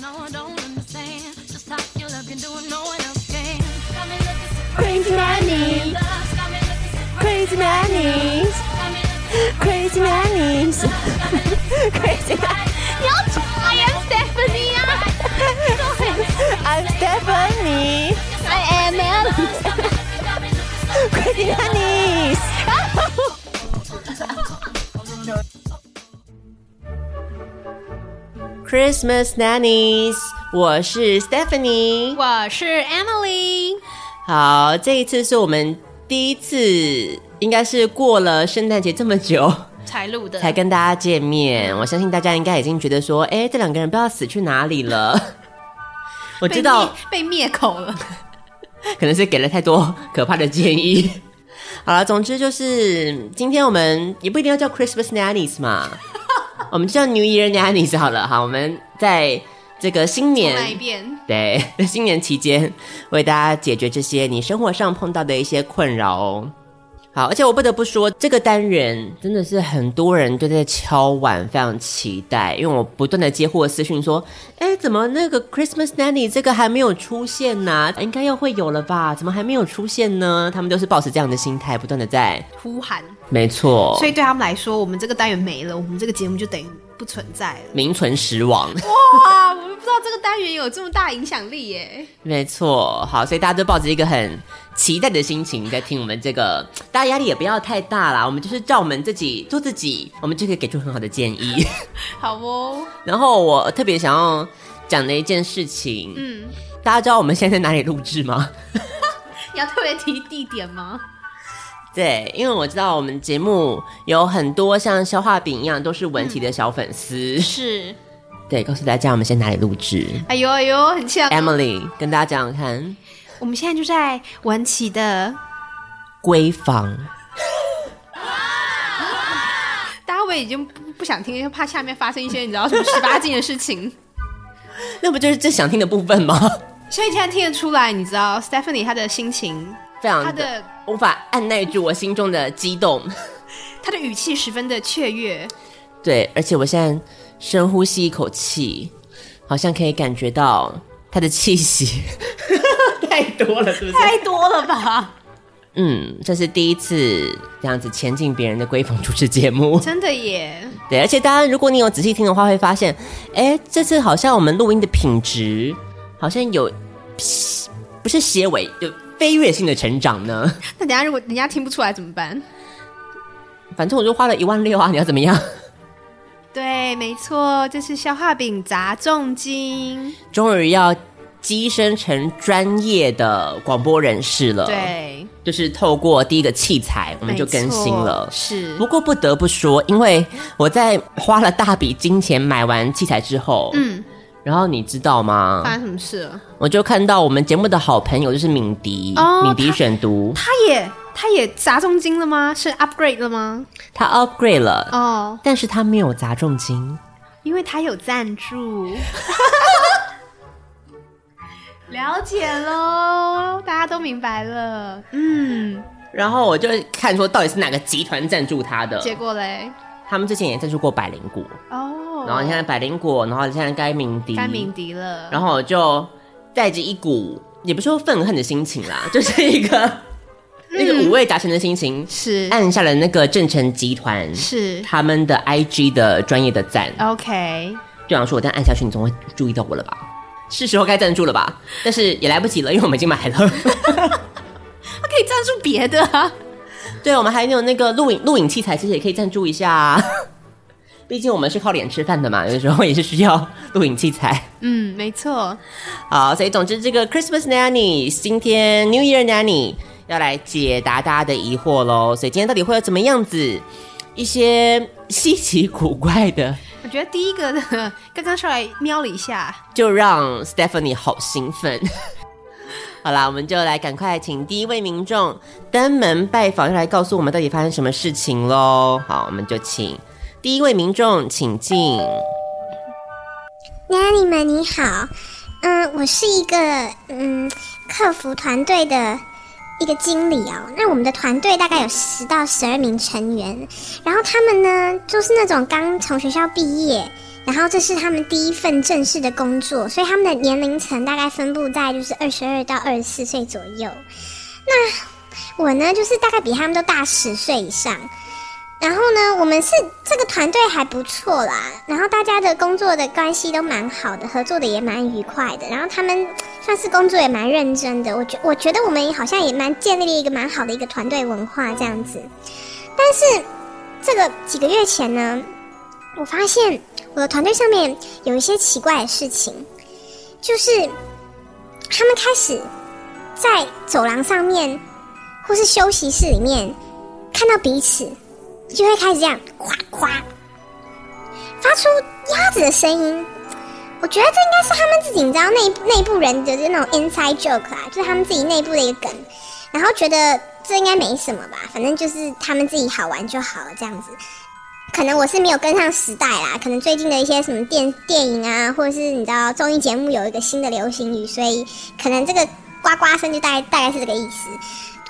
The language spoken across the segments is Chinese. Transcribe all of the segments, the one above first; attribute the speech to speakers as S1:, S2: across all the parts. S1: no, I don't understand. Just how you look and do it, no one else can. Got me looking so
S2: Crazy
S1: in
S2: Money,
S1: love, got me looking so
S2: Crazy Money,
S1: got me looking
S2: Crazy Money, Crazy Money.
S3: 你要唱呀，Stephanie 啊
S2: I'm Stephanie,
S3: ，I am Ellen。
S2: Crazy Money. 《Christmas Nannies》，我是 Stephanie。
S3: 我是 Emily，
S2: 好，这一次是我们第一次，应该是过了圣诞节这么久
S3: 才录的，
S2: 才跟大家见面。我相信大家应该已经觉得说，哎、这两个人不知道死去哪里 了。我
S3: 被
S2: 知道
S3: 灭，被灭口了。
S2: 可能是给了太多可怕的建议。 好了，总之就是今天我们也不一定要叫 Christmas Nannies 嘛，我们就叫 New Year Nannies 好了。好，我们在这个新年
S3: 那一遍，
S2: 对， 新年期间为大家解决这些你生活上碰到的一些困扰哦。好，而且我不得不说，这个单元真的是很多人都在敲碗，非常期待，因为我不断的接获私讯说，哎，怎么那个 Christmas Nanny 这个还没有出现呢、应该要会有了吧？怎么还没有出现呢？他们都是抱持这样的心态，不断的在，
S3: 呼喊。
S2: 没错
S3: 所，以对他们来说，我们这个单元没了，我们这个节目就等于不存在了。
S2: 名存实亡。
S3: 哇，我都不知道这个单元有这么大影响力耶！
S2: 没错，好，所以大家都抱着一个很期待的心情在听我们这个，大家压力也不要太大啦，我们就是照我们自己做自己，我们就可以给出很好的建议。
S3: 好哦，
S2: 然后我特别想要讲的一件事情，
S3: 嗯，
S2: 大家知道我们现在在哪里录制吗？
S3: 你要特别提地点吗？
S2: 对，因为我知道我们节目有很多像消化饼一样都是文体的小粉丝，
S3: 是，
S2: 对，告诉大家我们现在哪里录 制。
S3: 哎呦哎呦，很像。
S2: Emily 跟大家讲讲看，
S3: 我们现在就在文琪的，
S2: 闺房，
S3: 大家我已经不不想听，因为怕下面发生一些 你知道什么十八禁的事情。
S2: 那不就是最想听的部分吗？
S3: 所以现在听得出来，你知道 Stephanie 她的心情，
S2: 非常
S3: 她的
S2: 无法按耐住我心中的激动。
S3: 她的语气十分的雀跃。
S2: 对，而且我现在深呼吸一口气，好像可以感觉到它的气息。 太多了，是不是？
S3: 太多了吧？
S2: 嗯，这是第一次这样子前进别人的闺房主持节目。
S3: 真的耶！
S2: 对，而且大家如果你有仔细听的话，会发现，哎，这次好像我们录音的品质好像有不是些微有飞跃性的成长呢。
S3: 那等一下如果人家听不出来怎么办？
S2: 反正我就花了一万六啊，你要怎么样？
S3: 对，没错，这是消化饼砸重金。
S2: 终于要跻身成专业的广播人士了。，
S3: 对，
S2: 就是透过第一个器材，呃我
S3: 我
S2: 们就更新了。
S3: 是
S2: 不过不得不说，因为我在花了大笔金钱买完器材之后，
S3: 嗯，
S2: 然后你知道吗？
S3: 发生什么事了？
S2: 我就看到我们节目的好朋友就是敏迪，
S3: 哦
S2: 敏迪选读，
S3: 他也他也砸重金了吗？是 upgrade 了吗？
S2: 他 upgrade 了，
S3: 哦，
S2: 但是他没有砸重金。
S3: 因为他有赞助。 了解喽，大家都明白了。嗯，
S2: 然后我就看说到底是哪个集团赞助他的，
S3: 结果嘞，
S2: 他们之前也赞助过百灵果，
S3: 哦，
S2: 然后现在百灵果，然后现在该敏迪，
S3: 该鸣笛了。
S2: 然后我就带着一股也不是说愤恨的心情啦，就是一个、 那个五味杂陈的心情，
S3: 嗯是
S2: 按下了那个正成集团
S3: 是哦
S2: 他们的 IG 的专业的赞，
S3: ，OK，
S2: 就想说我这样按下去，你总会注意到我了吧？是时候该赞助了吧？但是也来不及了，因为我们已经买了。
S3: 他可以赞助别的啊。
S2: 对，我们还有那个录影录影器材，其实也可以赞助一下、啊。 毕竟我们是靠脸吃饭的嘛，有时候也是需要录影器材。
S3: 嗯，没错，
S2: 好，所以总之这个 Christmas Nanny 今天 New Year Nanny 要来解答大家的疑惑喽。所以今天到底会有怎么样子一些稀奇古怪的，
S3: 我觉得第一个呢，刚刚稍微瞄了一下，
S2: 就让 Stephanie 好兴奋。 好啦，我们就来赶快请第一位民众登门拜访，要来告诉我们到底发生什么事情喽。好，我们就请第一位民众请进。
S4: 那你们你好，嗯，我是一个嗯客服团队的一个经理哦。那我们的团队大概有十到十二名成员，然后他们呢，就是那种刚从学校毕业，然后这是他们第一份正式的工作，所以他们的年龄层大概分布在就是二十二到二十四岁左右。那我呢，就是大概比他们都大十岁以上。然后呢，我们是这个团队还不错啦，然后大家的工作的关系都蛮好的，合作的也蛮愉快的。然后他们算是工作也蛮认真的，我觉我觉得我们好像也蛮建立了一个蛮好的一个团队文化这样子。但是这个几个月前呢，我发现我的团队上面有一些奇怪的事情，就是他们开始在走廊上面或是休息室里面看到彼此，就会开始这样夸夸，发出鸭子的声音。我觉得这应该是他们自己，你知道内内部人的就是那种 inside joke 啦，就是他们自己内部的一个梗，然后觉得这应该没什么吧，反正就是他们自己好玩就好了这样子。可能我是没有跟上时代啦，可能最近的一些什么电电影啊，或者是你知道综艺节目有一个新的流行语，所以可能这个呱呱声就大概大概是这个意思，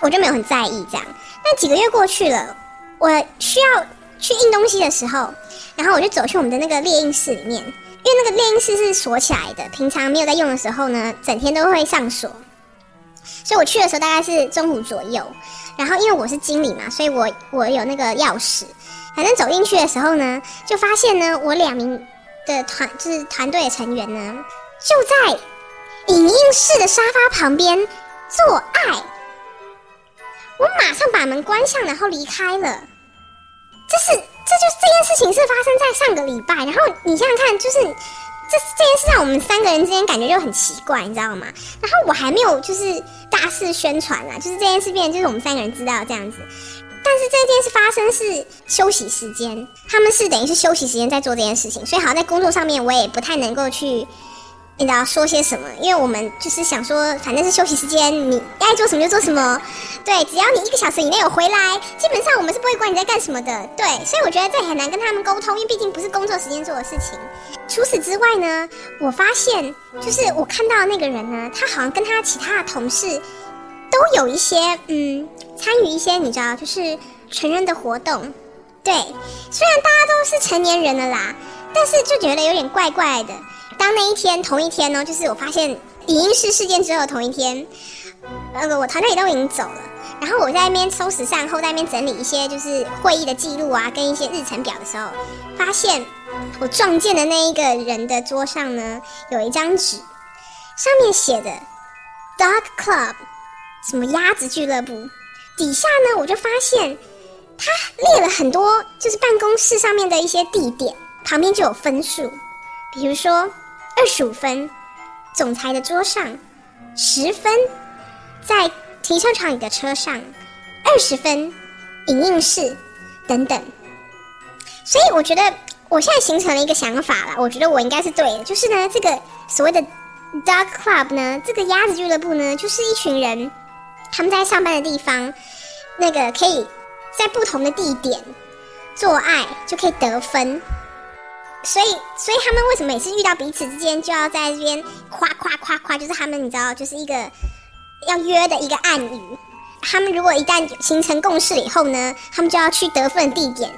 S4: 我就没有很在意这样。但几个月过去了，我需要去印东西的时候，然后我就走去我们的那个猎印室里面，因为那个猎印室是锁起来的，平常没有在用的时候呢，整天都会上锁。所以我去的时候大概是中午左右，然后因为我是经理嘛，所以我我有那个钥匙。反正走进去的时候呢，就发现呢，我两名的团就是团队的成员呢，就在影印室的沙发旁边做爱。我马上把门关上，然后离开了。这是，这就是这件事情是发生在上个礼拜。然后你想想看，就是这这件事让我们三个人之间感觉就很奇怪，你知道吗？然后我还没有就是大肆宣传啊，就是这件事变成就是我们三个人知道这样子。但是这件事发生是休息时间，他们是等于是休息时间在做这件事情，所以好像在工作上面我也不太能够去，你知道说些什么，因为我们就是想说，反正是休息时间，你该做什么就做什么，对，只要你一个小时以内有回来，基本上我们是不会管你在干什么的，对，所以我觉得这很难跟他们沟通，因为毕竟不是工作时间做的事情。除此之外呢，我发现就是我看到的那个人呢，他好像跟他其他的同事都有一些嗯参与一些你知道就是成人的活动，对，虽然大家都是成年人了啦，但是就觉得有点怪怪的。当那一天同一天呢，就是我发现影音室事件之后同一天，呃，我团队也都已经走了，然后我在那边收拾善后，在那边整理一些就是会议的记录啊，跟一些日程表的时候，发现我撞见的那一个人的桌上呢，有一张纸，上面写着 “Dog Club”。什么鸭子俱乐部，底下呢我就发现他列了很多，就是办公室上面的一些地点，旁边就有分数，比如说二十五分，总裁的桌上；十分，在停车场里的车上；二十分，影印室等等。所以我觉得我现在形成了一个想法了，我觉得我应该是对的，就是呢这个所谓的 dog club 呢，这个鸭子俱乐部呢，就是一群人。他们在上班的地方，那个可以在不同的地点做爱，就可以得分。所以，所以他们为什么每次遇到彼此之间就要在这边夸夸夸夸，就是他们你知道，就是一个要约的一个暗语。他们如果一旦形成共识以后呢，他们就要去得分的地点，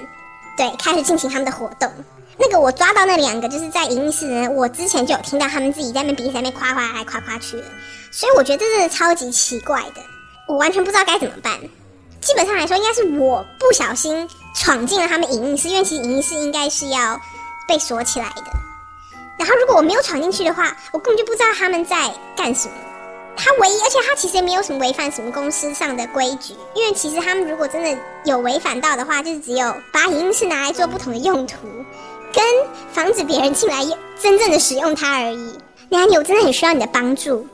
S4: 对，开始进行他们的活动。那个我抓到那两个，就是在影音室呢，我之前就有听到他们自己在那边彼此在那边夸夸来夸夸去了，所以我觉得这真的超级奇怪的。我完全不知道该怎么办。基本上来说，应该是我不小心闯进了他们影音室，因为其实影音室应该是要被锁起来的。然后如果我没有闯进去的话，我根本就不知道他们在干什么。他唯一，而且他其实也没有什么违反什么公司上的规矩，因为其实他们如果真的有违反到的话，就是只有把影音室拿来做不同的用途，跟防止别人进来用真正的使用它而已。那你我真的很需要你的帮助。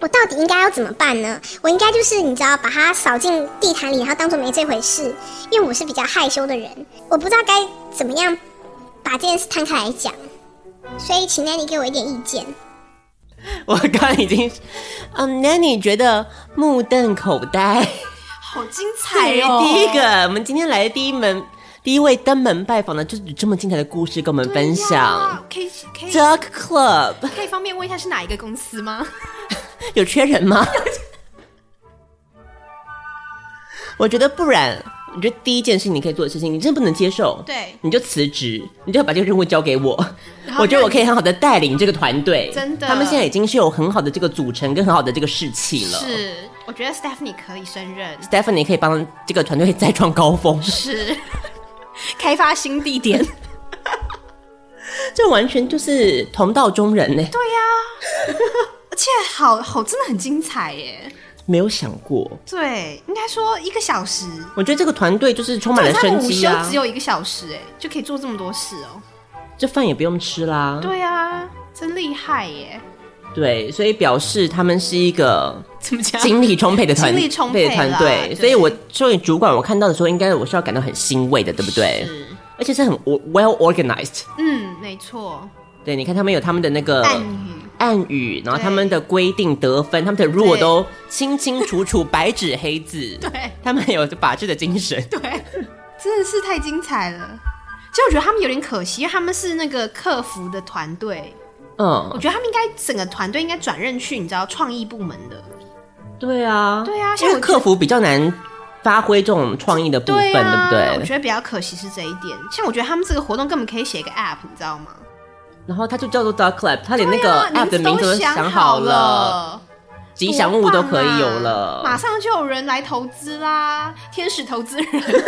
S4: 我到底应该要怎么办呢？我应该就是你知道，把它扫进地毯里，然后当做没这回事。因为我是比较害羞的人，我不知道该怎么样把这件事摊开来讲。所以，请 Nanny 给我一点意见。
S2: 我刚刚已经，嗯，那你觉得目瞪口呆？
S3: 好精
S2: 对
S3: 彩
S2: 于
S3: 哦！
S2: 第一个，我们今天来的第一门，第一位登门拜访的，就是有这么精彩的故事跟我们
S3: 哎对呀
S2: 分享。
S3: 可以可以
S2: Duck Club
S3: 可以方便问一下是哪一个公司吗？
S2: 有缺人吗？我觉得不然，我觉得第一件事情你可以做的事情，你真的不能接受，
S3: 对
S2: 你就辞职，你就把这个任务交给我
S3: 然。后
S2: 我觉得
S3: 让
S2: 我可以很好的带领这个团队，
S3: 真的
S2: 他们现在已经是有很好的这个组成跟很好的这个士气了。
S3: 是，我觉得 Stephanie 可以胜任，
S2: Stephanie 可以帮这个团队再创高峰，
S3: 是 开发新地点。
S2: 这完全就是同道中人呢、 欸
S3: 对呀、而且好好真的很精彩耶。
S2: 没有想过，
S3: 对，应该说一个小时，
S2: 我觉得这个团队就是充满
S3: 对
S2: 了
S3: 他
S2: 生
S3: 们午
S2: 机
S3: 休
S2: 啊
S3: 只，有一个小时，哎，就可以做这么多事哦。
S2: 这饭也不用吃啦。
S3: 对啊，真厉害耶！
S2: 对，所以表示他们是一个
S3: 怎么讲？
S2: 精力充沛的团
S3: 精力啊充沛
S2: 的团
S3: 啦
S2: 队，
S3: 对
S2: 所以我作为主管，我看到的时候，应该我是要感到很欣慰的，对不对？
S3: 是
S2: 而且是很 well organized。
S3: 嗯，没错，
S2: 对，你看他们有他们的那个
S3: 暗语
S2: 暗语，然后他们的规定得分，他们的 rule 都清清楚楚， 白纸黑字。
S3: 对
S2: 他们有法治的精神。
S3: 对，真的是太精彩了。其实我觉得他们有点可惜，因为他们是那个客服的团队，我
S2: 嗯，
S3: 觉得他们应该整个团队应该转任去，你知道创意部门的。
S2: 对啊，
S3: 对啊像
S2: 因为
S3: 我
S2: 客服比较难发挥这种创意的部分，
S3: 对啊，
S2: 对不
S3: 我
S2: 对？
S3: 觉得比较可惜是这一点。像我觉得他们这个活动根本可以写一个 app，你知道吗？
S2: 然后他就叫做 Dark Club，他连那个
S3: 对啊
S2: app 的名字
S3: 都
S2: 都
S3: 想
S2: 好了，
S3: 了，
S2: 吉祥物都可以有
S3: 多
S2: 了
S3: 棒啊。马上就有人来投资啦，天使投资人。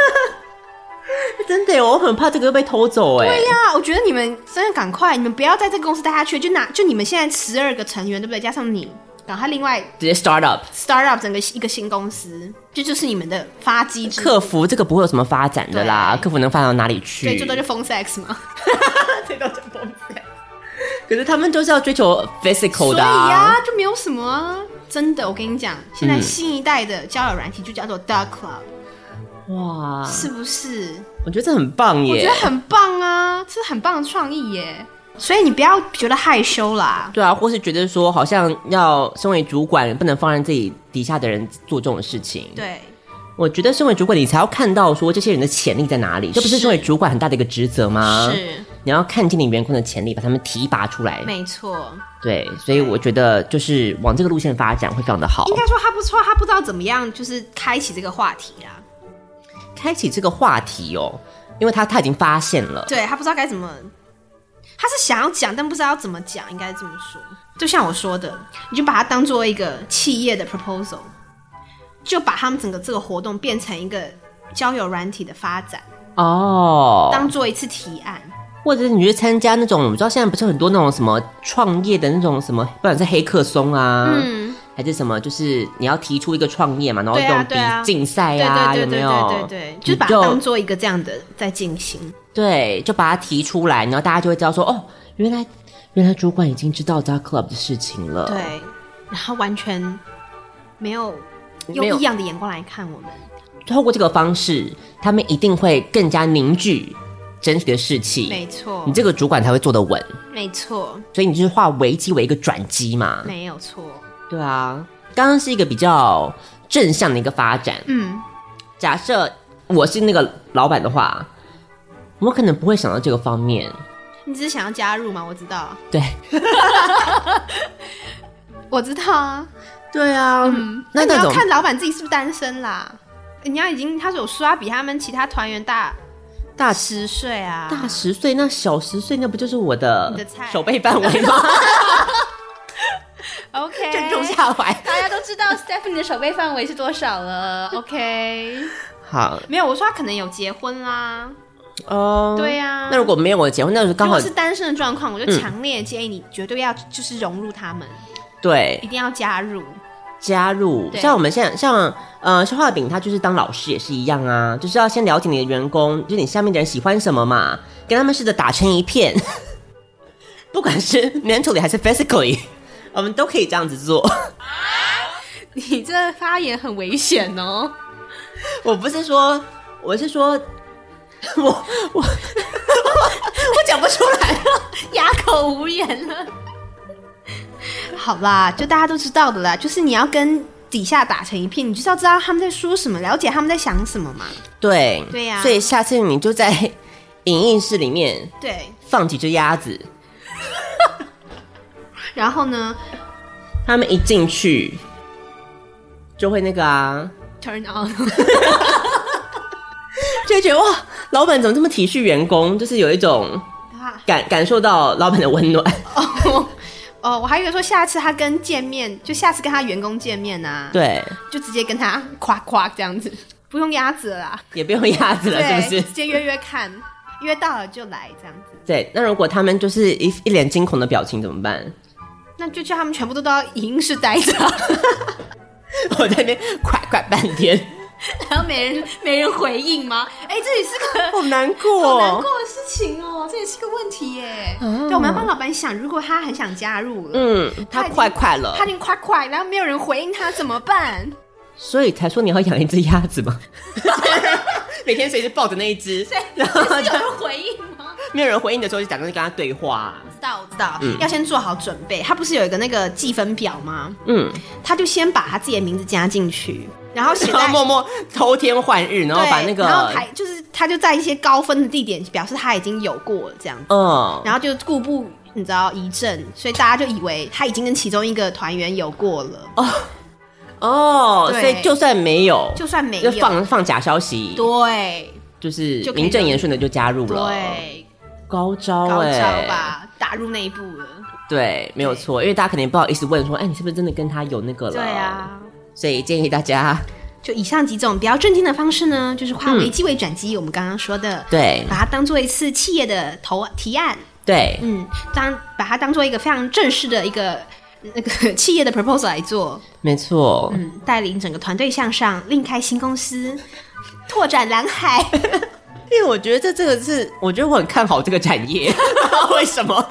S2: 真的耶，我很怕这个会被偷走哎。
S3: 对呀、我觉得你们真的赶快，你们不要在这个公司待下去，就拿就你们现在十二个成员，对不对？加上你，然后他另外
S2: 直接 start up。
S3: start up 整个一个新公司，这就是你们的发机制。
S2: 客服这个不会有什么发展的啦，
S3: 对
S2: 客服能发展到哪里去？
S3: 对，最多就 phone sex 嘛，最多就 phone sex。
S2: 可是他们就是要追求 physical
S3: 所以
S2: 的、啊，
S3: 呀、就没有什么啊。真的，我跟你讲，现在新一代的交友软体就叫做 Dark Club，、
S2: 哇，
S3: 是不是？
S2: 我觉得这很棒
S3: 我觉
S2: 耶
S3: 得。很棒啊，这是很棒的创意耶。所以你不要觉得害羞啦，
S2: 对啊，或是觉得说好像要身为主管不能放任自己底下的人做这种事情。，
S3: 对，
S2: 我觉得身为主管你才要看到说这些人的潜力在哪里，这不是
S3: 是
S2: 身为主管很大的一个职责吗？
S3: 是
S2: 你要看见你员工的潜力，把他们提拔出来。
S3: 没错。
S2: 对，所以我觉得就是往这个路线发展会非常的好。
S3: 应该说他不错，他不知道怎么样，就是开启这个话题啊啦。
S2: 开启这个话题哦，因为他他已经发现了。
S3: 对他不知道该怎么，他是想要讲，但不知道怎么讲，应该这么说。就像我说的，你就把它当做一个企业的 proposal，就把他们整个这个活动变成一个交友软体的发展，
S2: 哦，
S3: 当做一次提案。
S2: 或者是你去参加那种，我知道现在不是很多那种什么创业的那种什么，不管是黑客松啊，
S3: 嗯，
S2: 还是什么，就是你要提出一个创业嘛，然后
S3: 对
S2: 这
S3: 啊
S2: 种比
S3: 对啊
S2: 竞赛
S3: 对
S2: 哎呀，
S3: 对
S2: 有
S3: 对
S2: 没
S3: 对
S2: 有？
S3: 对对对，就是把它
S2: 你
S3: 当做一个这样的在进行。
S2: 对，就把它提出来，然后大家就会知道说，哦，原来原来主管已经知道 Dark Club 的事情了，
S3: 对，，然后完全没有用
S2: 没有
S3: 异样的眼光来看我们。
S2: 透过这个方式，他们一定会更加凝聚整体的士
S3: 没
S2: 气，
S3: 错
S2: 你，这个主管才会做得稳，
S3: 没错，
S2: 所以你就是化危机为一个转机嘛，
S3: 没有错。
S2: 对啊，刚刚是一个比较正向的一个发展。
S3: 嗯，
S2: 假设我是那个老板的话，我可能不会想到这个方面。
S3: 你只是想要加入吗？我知道，
S2: 对，
S3: 我知道啊。嗯
S2: 对啊，那
S3: 你
S2: 那
S3: 要
S2: 种
S3: 看老板自己是不是单身啦。欸你要已经，他是有说他比他们其他团员大
S2: 大
S3: 十岁啊，
S2: 大十岁，那小十岁，那不就是我
S3: 你
S2: 的
S3: 的菜
S2: 手背范围吗？
S3: OK，
S2: 正中。下怀。
S3: 大家都知道 Stephanie 的手背范围是多少了，OK？
S2: 好，
S3: 没有，我说他可能有结婚啦。
S2: 哦，
S3: 对啊
S2: 那如果没有我结婚，那就刚
S3: 如
S2: 好嗯
S3: 果是单身的状况，我就强烈建议你绝对要就是融入他们，一
S2: 对
S3: 定要加入。
S2: 加入。
S3: 对
S2: 像我们现在，像呃，消化饼他就是当老师也是一样啊，就是要先了解你的员工，就是你下面的人喜欢什么嘛，跟他们试着打成一片， 不管是 mentally 还是 physically，我们都可以这样子做。
S3: 你这发言很危险哦。
S2: 我不是说，我是说， 我我我讲不出来了。
S3: 哑口无言了。好啦，就大家都知道的啦，就是你要跟底下打成一片，你就是要知道他们在说什么，了解他们在想什么嘛。
S2: 对
S3: 对呀
S2: 所以下次你就在影印室里面
S3: 对，
S2: 放几只鸭子，
S3: 然后呢
S2: 他们一进去就会那个啊，
S3: ，turn on，
S2: 以觉得哇，老板怎么这么体恤员工？就是有一种
S3: 啊
S2: 感感受到老板的温 暖。
S3: 哦哦，我还以为说下次他跟见面，就下次跟他员工见面呐、啊，，
S2: 对，
S3: 就直接跟他夸夸这样子，不用鸭子了啦，
S2: 也不用鸭子了，
S3: 对，
S2: 是不
S3: 直
S2: 是？
S3: 接约约看，约到了就来这样子，
S2: 对，那如果他们就是一一脸惊恐的表情怎么 办？
S3: 那就叫他们全部都到影音室待着，
S2: 我在那边快快半天，
S3: 然后没人没人回应吗？哎、这也是个
S2: 好难
S3: 好
S2: 过
S3: 难
S2: 哦。
S3: 过的事情哦，这也是个问题耶。对，我们要帮老板想，如果他很想加入了，
S2: 嗯，
S3: 他
S2: 他
S3: 已经
S2: 快快了
S3: 他，已经夸夸，然后没有人回应他，怎 么办？
S2: 所以才说你要养一只鸭子 嘛，每天随时抱着那一 只，然后
S3: 是有
S2: 就
S3: 人回应吗？
S2: 没有人回应的时候，就假装在跟他对话、
S3: 知道，我知道，要先做好准备。他不是有一个那个计分表吗？
S2: 嗯，
S3: 他就先把他自己的名字加进去，然后 写
S2: 然后
S3: 在
S2: 默默偷天换日，然后
S3: 对
S2: 把那个，
S3: 然后还就是他就在一些高分的地点表示他已经有过了这样子，
S2: 嗯，
S3: 然后就故步你知道一阵，所以大家就以为他已经跟其中一个团员有过了，
S2: 哦，
S3: 对
S2: 所以就算没有，
S3: 就算没
S2: 就
S3: 有，
S2: 放放假消息，
S3: 对
S2: 就是
S3: 就可以
S2: 名正言顺的就加入了，
S3: 对，
S2: 高招
S3: 高
S2: 哎、
S3: 招吧，打入那一步了，
S2: 对，没有错，因为大家肯定不好意思问说，哎、你是不是真的跟他有那个了？
S3: 对，啊。
S2: 所以建议大家，
S3: 就以上几种比较正经的方式呢，就是化危机为转机，我们刚刚说的，
S2: 嗯对
S3: 把它当做一次企业的投提案，
S2: 对，
S3: 嗯，当把它当做一个非常正式的一个那个 企业的 proposal 来做，
S2: 没错，
S3: 嗯，带领整个团队向上，另开新公司，拓展蓝海，
S2: 因为我觉得这这个是， 我觉得我很看好这个产业， 不知道为什么？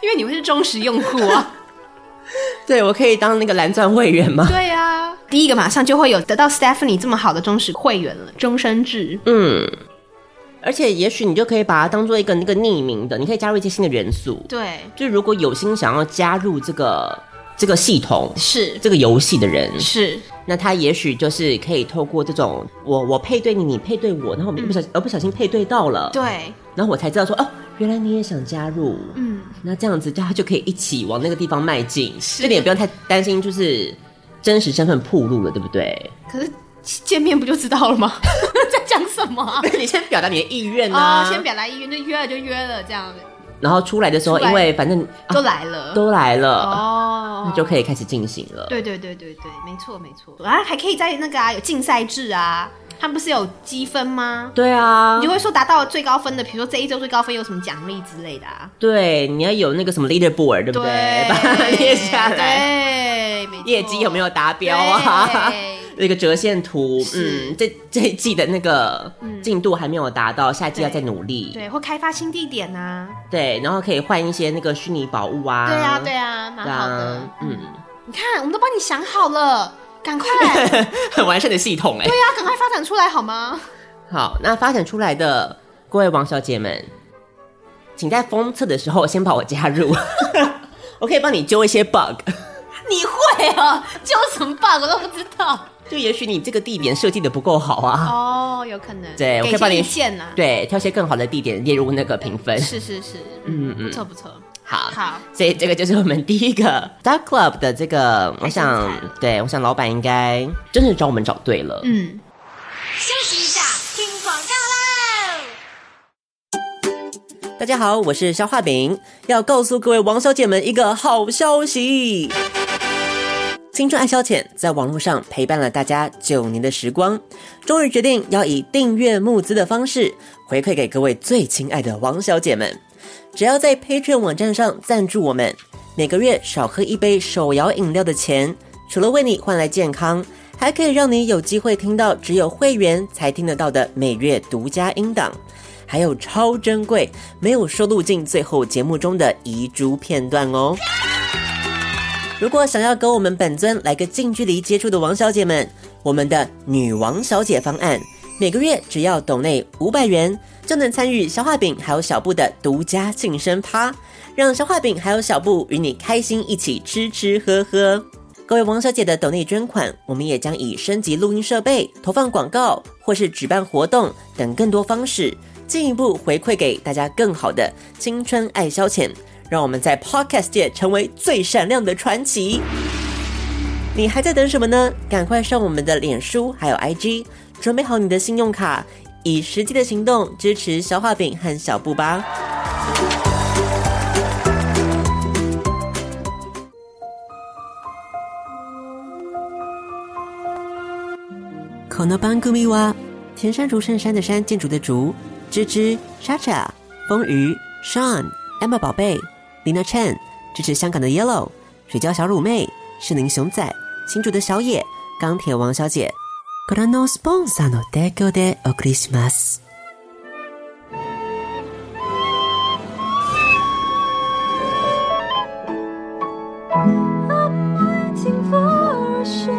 S3: 因为你会是忠实用户啊，
S2: 对我可以当那个蓝钻会员吗？
S3: 对啊，第一个马上就会有得到 Stephanie 这么好的忠实会员了，终身制，
S2: 嗯，而且也许你就可以把它当做一个那个匿名的，你可以加入一些新的元素。
S3: 对，
S2: 就如果有心想要加入这个这个系统、
S3: 是
S2: 这个游戏的人，
S3: 是，
S2: 那他也许就是可以透过这种我我配对你，你配对我，然后我们一不小而不小心配对到了，
S3: 嗯对，
S2: 然后我才知道说哦，原来你也想加入，
S3: 嗯，
S2: 那这样子大家就可以一起往那个地方迈进，这点也不用太担心，就是真实身份暴露了，对不 对？
S3: 可是见面不就知道了吗？ 在讲什么啊？
S2: 你先表达你的意愿
S3: 啊、
S2: 啊，
S3: 先表达意愿，就约了就约了，这样
S2: 然后出来的时候，
S3: 出来
S2: 因为反正、啊
S3: 都来了。
S2: 都来了，
S3: 哦
S2: 那，就可以开始进行了。
S3: 对对对对对，没错没错。然后还可以在那个啊，有竞赛制啊，他们不是有积分吗？
S2: 对啊
S3: 你就，会说达到最高分的，比如说这一周最高分有什么奖励之类的啊？
S2: 对，你要有那个什么 leaderboard，对不对？把它列下来，
S3: 对，没错
S2: 业绩有没有达标啊？
S3: 对
S2: 那个折线图，
S3: 是
S2: 嗯，这这一季的那个进度还没有达到，下一季要
S3: 对
S2: 再努力。
S3: 对，或开发新地点呐、
S2: 对，然后可以换一些那个虚拟宝物啊。
S3: 对啊对啊，蛮
S2: 对
S3: 好的
S2: 啊。， 嗯，
S3: 你看，我们都帮你想好了，赶快，对
S2: 很完善的系统哎、
S3: 啊，赶快发展出来好吗？
S2: 好，那发展出来的各位王小姐们，请在封测的时候先把我加入， 我可以帮你揪一些 bug。
S3: 你会
S2: 哦
S3: 啊？揪什么 bug 我都不知道。
S2: 就也许你这个地点设计的不够好啊，
S3: 哦，有可能。
S2: 对我
S3: 给
S2: 可以帮
S3: 些
S2: 你
S3: 意见呐。，
S2: 对，挑些更好的地点列入那个评分。
S3: 啊是是是，嗯嗯，不错不错。
S2: 好，
S3: 好
S2: 所以这个就是我们第一个 Star Club 的这个，我
S3: 太
S2: 想
S3: 精彩了，
S2: 对我想老板应该真是找我们找对了。
S3: 嗯，
S1: 休息一下，听广告喽。
S2: 大家好，我是肖画饼，要告诉各位王小姐们一个好消息。青春爱消遣在网络上陪伴了大家九年的时光，终于决定要以订阅募资的方式回馈给各位最亲爱的王小姐们。只要在 Patreon 网站上赞助我们，每个月少喝一杯手摇饮料的钱，除了为你换来健康，还可以让你有机会听到只有会员才听得到的每月独家音档，还有超珍贵没有收录进最后节目中的遗珠片段哦。如果想要跟我们本尊来个近距离接触的王小姐们，我们的女王小姐方案，每个月只要抖内五百元，就能参与消化饼还有小布的独家庆生趴，让消化饼还有小布与你开心一起吃吃喝喝。各位王小姐的抖内捐款，我们也将以升级录音设备、投放广告或是举办活动等更多方式，进一步回馈给大家更好的青春爱消遣，让我们在 Podcast 界成为最闪亮的传奇。你还在等什么呢？赶快上我们的脸书还有 IG，准备好你的信用卡，以实际的行动支持消化饼和小布吧。この番組は田山竹圣山的山建筑的竹芝芝、莎莎、风鱼、Sean、Emma 宝贝、Lina Chen 支持香港的 Yellow、水饺小乳妹、是林熊仔、新竹的小野、钢铁王小姐。ご覧のスポンサーの提供でお送りします。
S1: Waiting for a show that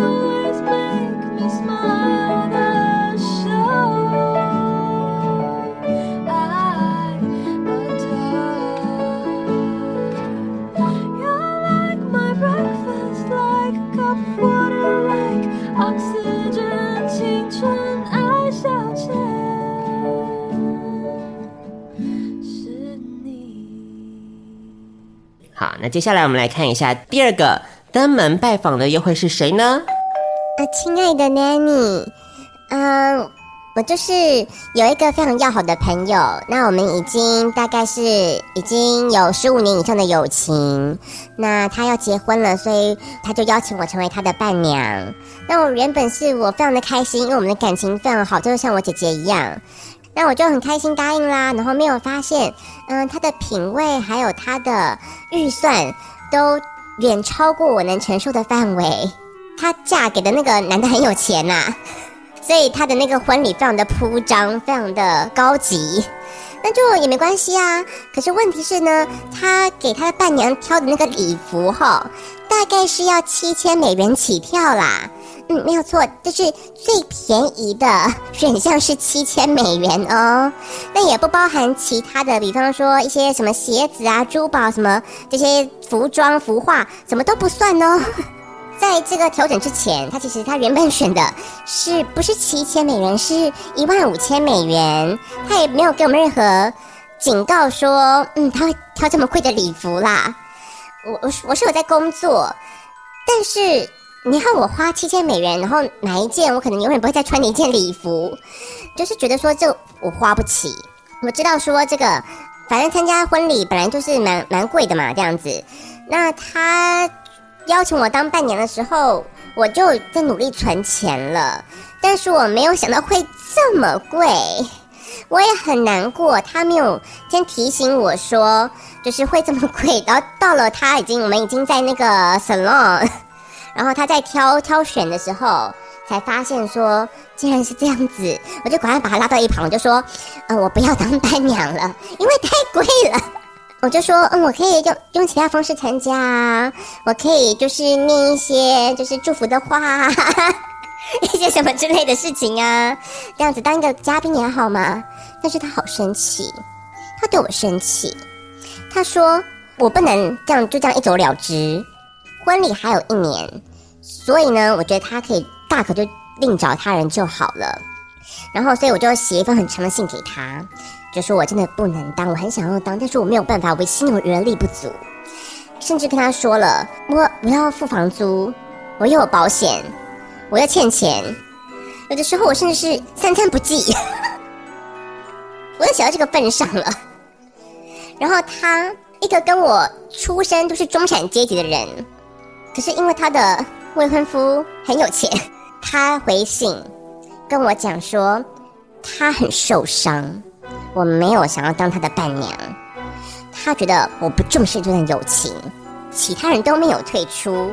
S1: always make me smile. The show I adore. You're like my breakfast, like a cup of water, like oxygen. 青春爱消遣，是你。
S2: 好，那接下来我们来看一下第二个登门拜访的又会是谁呢？
S4: 呃，亲爱的 Nanny，嗯、我就是有一个非常要好的朋友，那我们已经大概是已经有十五年以上的友情。那他要结婚了，所以他就邀请我成为他的伴娘。那我原本是我非常的开心，因为我们的感情非常好，就像我姐姐一样。那我就很开心答应啦，然后没有发现，嗯、他的品味还有他的预算都远超过我能承受的范围。她嫁给的那个男的很有钱呐、 所以她的那个婚礼非常的铺张，非常的高级。那就也没关系啊。可是问题是呢，她给她的伴娘挑的那个礼服哈，大概是要七千美元起跳啦。嗯，没有错，就是最便宜的选项是七千美元哦。那也不包含其他的，比方说一些什么鞋子啊、珠宝什么这些服装、服化，什么都不算哦。在这个调整之前，他其实他原本选的是不是七千美元，是一万五千美元，他也没有给我们任何警告说，嗯，他会挑这么贵的礼服啦。我我是我是有在工作，但是你看我花七千美元，然后买一件我可能永远不会再穿的一件礼服，就是觉得说这我花不起。我知道说这个，反正参加婚礼本来就是蛮蛮贵的嘛，这样子。那他邀请我当伴娘的时候，我就在努力存钱了，但是我没有想到会这么贵，我也很难过。他没有先提醒我说，就是会这么贵，然后到了他已经我们已经在那个 salon，然 后他在挑挑选的时候。才发现说竟然是这样子，我就赶快把他拉到一旁，我就说，呃，我不要当伴娘了，因为太贵了。 我就说，嗯，我可以用用其他方式参加啊，我可以就是念一些就是祝福的话、 啊，一些什么之类的事情啊，这样子当一个嘉宾也好嘛。但是他好生气，他对我生气，他说我不能这样就这样一走了之，婚礼还有一年，所以呢，我觉得他可以大可就另找他人就好了。然后，所以我就写一封很长的信给他，就说我真的不能当，我很想要当，但是我没有办法，我心有余而力不足。甚至跟他说了，我我要付房租，我又有保险，我又欠钱，有的时候我甚至是三餐不继。 我都写到这个份上了，然后他一个跟我出身都是中产阶级的人，可是因为他的未婚夫很有钱，他回信跟我讲说他很受伤，我没有想要当他的伴娘，他觉得我不重视这段友情，其他人都没有退出，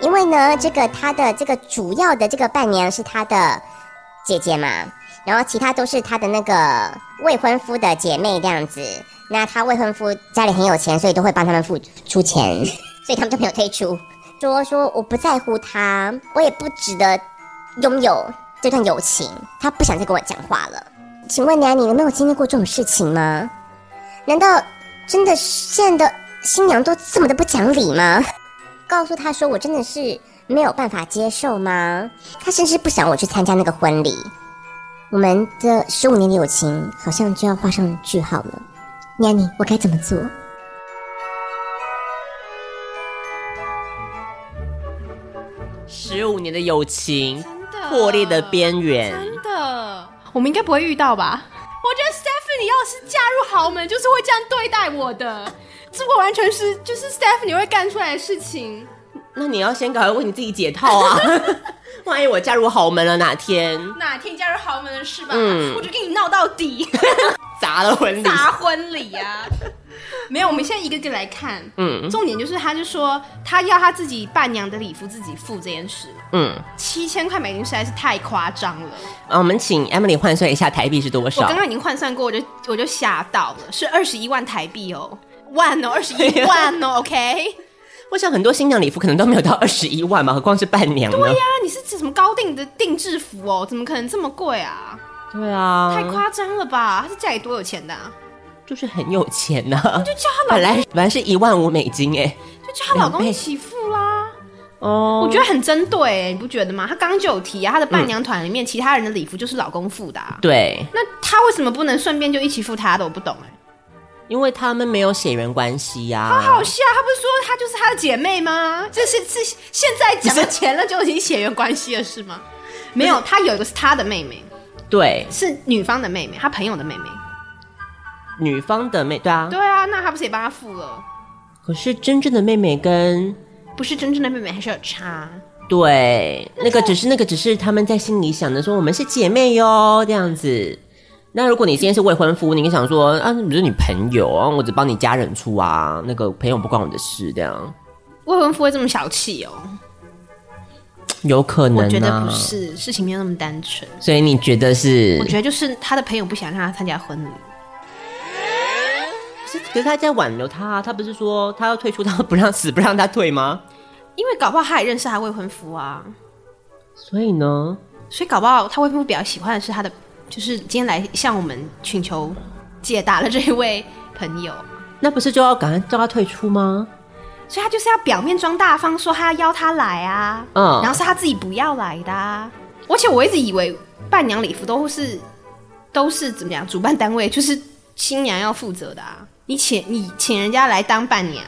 S4: 因为呢，这个他的这个主要的这个伴娘是他的姐姐嘛，然后其他都是他的那个未婚夫的姐妹这样子。那他未婚夫家里很有钱，所以都会帮他们付出钱， 所以他们都没有退出。说说我不在乎他，我也不值得拥有这段友情。他不想再跟我讲话了。请问娘，你有没有经历过这种事情吗？难道真的现在的新娘都这么的不讲理吗？告诉他说我真的是没有办法接受吗？他甚至不想我去参加那个婚礼。我们的十五年的友情好像就要画上句号了。娘，你我该怎么做？
S2: 十五年的友情
S3: 真的
S2: 破裂的边缘，
S3: 真的，我们应该不会遇到吧？我觉得 Stephanie 要是嫁入豪门，就是会这样对待我的， 这个完全是就是 Stephanie 会干出来的事情。
S2: 那你要先赶快为你自己解套 啊！万一我嫁入豪门了，哪天
S3: 哪天嫁入豪门的事吧，
S2: 嗯
S3: 我就跟你闹到 底，
S2: 砸了婚礼，
S3: 砸婚礼 啊！没有，我们现在一个个来看。
S2: 嗯
S3: 重点就是，他就说他要他自己伴娘的礼服自己付这件事，
S2: 嗯，
S3: 七千块美金实在是太夸张了。
S2: 啊，我们请 Emily 换算一下台币是多
S3: 我
S2: 少
S3: 刚？刚已经换算过，我就我就吓到了，是二十一万台币哦，万哦，二十 一万哦，OK。
S2: 我想很多新娘礼服可能都没有到二十一万吧，何况是伴娘呢？对呀、
S3: 啊，你是指什么高定的定制服哦？怎么可能这么贵啊？
S2: 对啊，
S3: 太夸张了吧！她是家里多有钱的、啊，
S2: 就是很有钱呐、
S3: 就叫她
S2: 本
S3: 老
S2: 来本来是一万五美金哎、
S3: 就叫她老
S2: 两
S3: 公
S2: 倍
S3: 起付啦。
S2: 哦
S3: 我觉得很针对、欸，你不觉得吗？她刚刚就有提啊，她的伴娘团里
S2: 嗯
S3: 面、其他人的礼服就是老公付的、啊，
S2: 对，
S3: 那她为什么不能顺便就一起付她的？我不懂哎、
S2: 因为他们没有血缘关系呀、
S3: 好好笑，她不是说她就是她的姐妹吗？这是是现在讲了钱了就已经血缘关系了是吗？没有，她有一个是她的妹妹，
S2: 对，
S3: 是女方的妹妹，她朋友的妹妹。
S2: 女方的妹对啊，
S3: 对啊，那她不是也帮她付了？
S2: 可是真正的妹妹跟
S3: 不是真正的妹妹还是有差。
S2: 对那个只是那个只是他们在心里想着说我们是姐妹哟这样子。那如果你今天是未婚夫，你应该想说啊，你是你朋友啊，我只帮你家人出啊，那个朋友不关我的事，这样
S3: 未婚夫会这么小气哦？
S2: 有可能、啊？
S3: 我觉得不是，事情没有那么单纯。
S2: 所以你觉得是
S3: 我？觉得就是他的朋友不想让他参加婚礼，
S2: 是可是他在挽留他、啊，他不是说他要退出，他不让死不让他退吗？
S3: 因为搞不好他也认识他未婚夫啊，
S2: 所以呢，
S3: 所以搞不好他未婚夫比较喜欢的是他的，就是今天来向我们请求解答的这一位朋友，
S2: 那不是就要赶快叫他退出吗？
S3: 所以他就是要表面装大方说他要邀他来啊，
S2: 嗯
S3: 然后是他自己不要来的、啊，而且我一直以为伴娘礼服都是都是怎么讲，主办单位就是新娘要负责的啊，你请你请人家来当伴娘，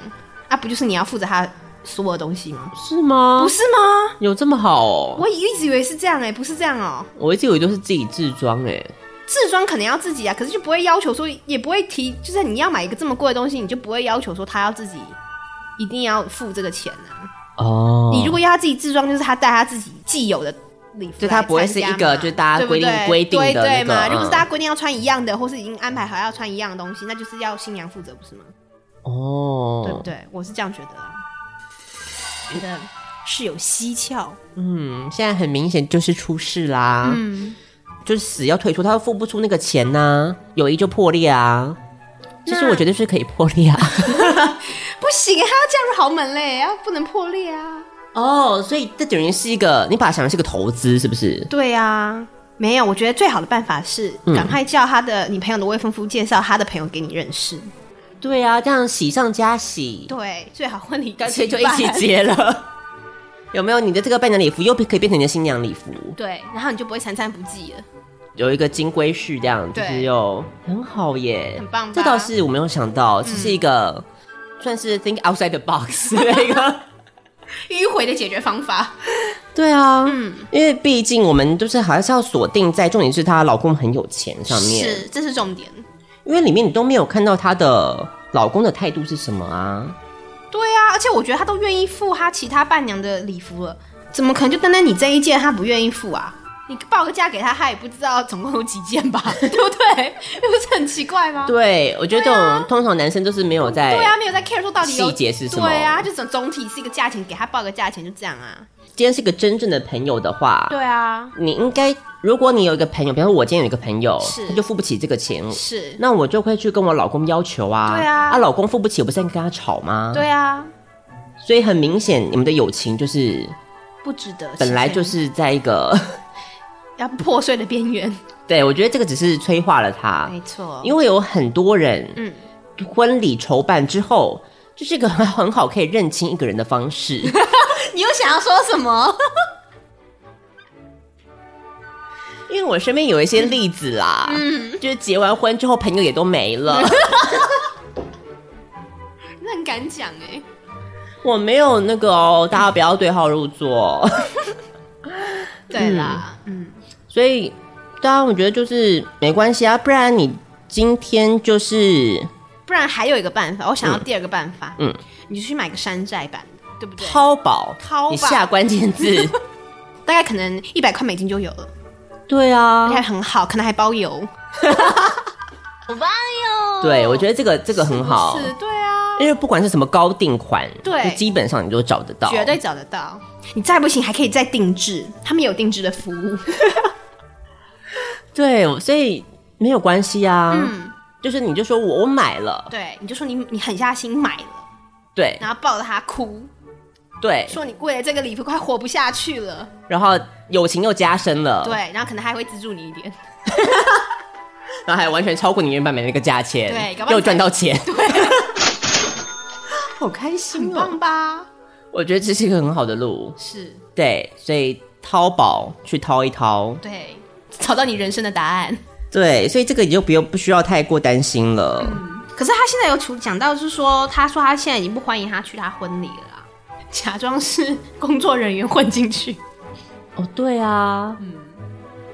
S3: 啊不就是你要负责他所有东西吗？
S2: 是吗
S3: 不？是吗？
S2: 有这么好哦？
S3: 我一直以为是这样哎、不是这样哦、
S2: 我一直以为都是自己自装哎、
S3: 自装可能要自己啊，可是就不会要求说，也不会提，就是你要买一个这么贵的东西，你就不会要求说他要自己一定要付这个钱啊。
S2: 哦，
S3: 你如果要他自己自装，就是他带他自己既有的礼服
S2: 就
S3: 来参加嘛，
S2: 他不会是一个就是大家
S3: 对不对
S2: 规定规定的
S3: 对对嘛。
S2: 那个
S3: 如果是大家规定要穿一样的，或是已经安排好要穿一样的东西，那就是要新娘负责，不是吗？
S2: 哦，
S3: 对不对？我是这样觉得啊，觉得是有蹊跷。
S2: 嗯，现在很明显就是出事啦，
S3: 嗯，
S2: 就是死要退出，他付不出那个钱呐、友谊就破裂啊。其实
S3: 那
S2: 我觉得是可以破裂啊。
S3: 不行，他要嫁入豪门嘞，要不能破裂啊。
S2: 哦，所以这等于是一个，你把它想成是个投资，是不是？
S3: 对啊，没有，我觉得最好的办法是赶快叫他的、你朋友的未婚夫介绍他的朋友给你认识。
S2: 对啊，这样喜上加喜，
S3: 对，最好婚礼
S2: 干脆就一起
S3: 办。
S2: 结 了。有没有你的这个伴娘礼服又可以变成你的新娘礼服？
S3: 对，然后你就不会三餐不继了。
S2: 有一个金龟婿这样，就
S3: 对
S2: 是又很嗯好耶，
S3: 很棒吧
S2: 这倒是我没有想到，这是一个、算是 think outside the box 的一个。
S3: 迂回的解决方法，
S2: 对啊，因为毕竟我们就是还是要锁定在重点是她老公很有钱上面，
S3: 是这是重点。
S2: 因为里面你都没有看到她的老公的态度是什么啊？
S3: 对啊，而且我觉得他都愿意付他其他伴娘的礼服了，怎么可能就单单你这一件他不愿意付啊？你报个价给他，他也不知道总共有几件 吧，对不对？那不是很奇怪吗？
S2: 对，啊我觉得这种、通常男生都是没有在
S3: 对啊，没有在 care 说到底有
S2: 细节是什么
S3: 对啊，就总总体是一个价钱，给他报个价钱就这样啊。
S2: 今天是个真正的朋友的话，
S3: 对啊，
S2: 你应该，如果你有一个朋友，比方说我今天有一个朋友
S3: 是，
S2: 他就付不起这个钱，
S3: 是，
S2: 那我就会去跟我老公要求啊。
S3: 对啊
S2: 啊，老公付不起，我不是在跟他吵吗？，
S3: 对啊，
S2: 所以很明显，你们的友情就是
S3: 不值得。
S2: 本来就
S3: 其
S2: 是在一个，
S3: 实要破碎的边缘，
S2: 对我觉得这个只是催化了他，
S3: 没错。
S2: 因为有很多人，
S3: 嗯
S2: 婚礼筹办之后。这是一个 很很好可以认清一个人的方 式，
S3: 你又想要说什么？
S2: 因为我身边有一些例子啦，
S3: 嗯
S2: 就是结完婚之后朋友也都没 了，
S3: 那很敢讲哎、
S2: 我没有那个哦，大家不要对号入座。
S3: 对啦，嗯，
S2: 所以对啊，我觉得就是没关系啊，不然你今天就是
S3: 不然还有一个办法，我想到第二个办法，
S2: 嗯，
S3: 你就去买个山寨版的，对不对？
S2: 淘宝，
S3: 淘宝
S2: 你下关键 字，
S3: 大概可能一百块美金就有了，
S2: 对
S3: 而且
S2: 啊，
S3: 还很好，可能还包邮。
S1: 好棒哟！
S2: 对，我觉得这个这个很好，
S3: 是，对啊，
S2: 因为不管是什么高定款，
S3: 对
S2: 就基本上你都找得到，
S3: 绝对找得到。你再不行还可以再定制，他们有定制的服务。
S2: 对，所以没有关系啊，
S3: 嗯，
S2: 就是你就说我我买了，
S3: 对，你就说你你狠下心买了，
S2: 对
S3: 然后抱着他哭，
S2: 对，
S3: 说你为了这个礼服快活不下去了。
S2: 然后友情又加深了，
S3: 对，然后可能还会资助你一点。
S2: 然后还完全超过你原本买那个价钱，
S3: 对搞不好
S2: 又
S3: 你才
S2: 赚到钱，
S3: 好开心
S2: 哦
S3: 棒吧？
S2: 我觉得这是一个很好的路，
S3: 是，
S2: 对，所以淘宝去淘一淘，
S3: 对，找到你人生的答案。
S2: 对，所以这个你就不用不需要太过担心了。
S3: 可是他现在有处讲到，就是说，他说他现在已经不欢迎他去他婚礼了啊啦， 假装是工作人员混进去。
S2: 哦，对啊，
S3: 嗯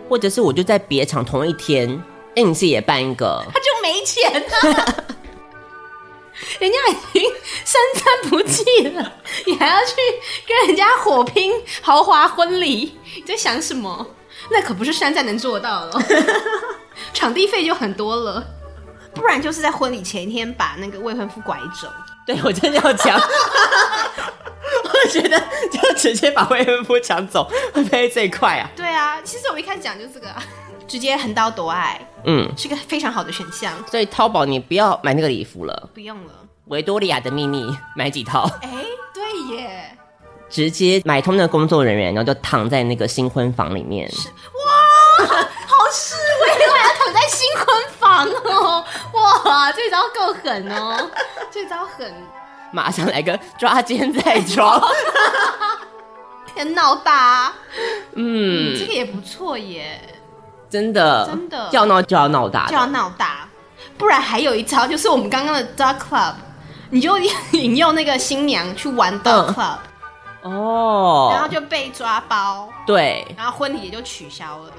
S2: 或者是我就在别场同一天，哎，你自己也办一个，
S3: 他就没钱了、 人家已经身残不济了，你还要去跟人家火拼豪华婚礼，你在想什么？那可不是山寨能做到 的，场地费就很多了。不然就是在婚礼前一天把那个未婚夫拐走，
S2: 对我真的要讲。 我觉得就直接把未婚夫抢走会不会最快啊？
S3: 对啊，其实我一开始讲就是这个、啊，直接横刀夺爱
S2: 嗯，
S3: 是个非常好的选项，
S2: 所以淘宝你不要买那个礼服了，
S3: 不用了。
S2: 维多利亚的秘密买几套，
S3: 哎、对耶，
S2: 直接买通那个工作人员，然后就躺在那个新婚房里面。
S3: 哇， 好示威哦！我要躺在新婚房哦，哇，这招够狠哦，这招狠，
S2: 马上来个抓奸在床。
S3: 要闹大啊、
S2: 嗯，
S3: 这个也不错耶，
S2: 真的，
S3: 真的
S2: 要闹就要闹大
S3: 就要
S2: 的，
S3: 闹大。不然还有一招，就是我们刚刚的 dog club，你就引诱那个新娘去玩 dog
S2: 嗯
S3: club，、然后
S2: 哦，
S3: 就被抓包，
S2: 对，
S3: 然后婚礼也就取消了，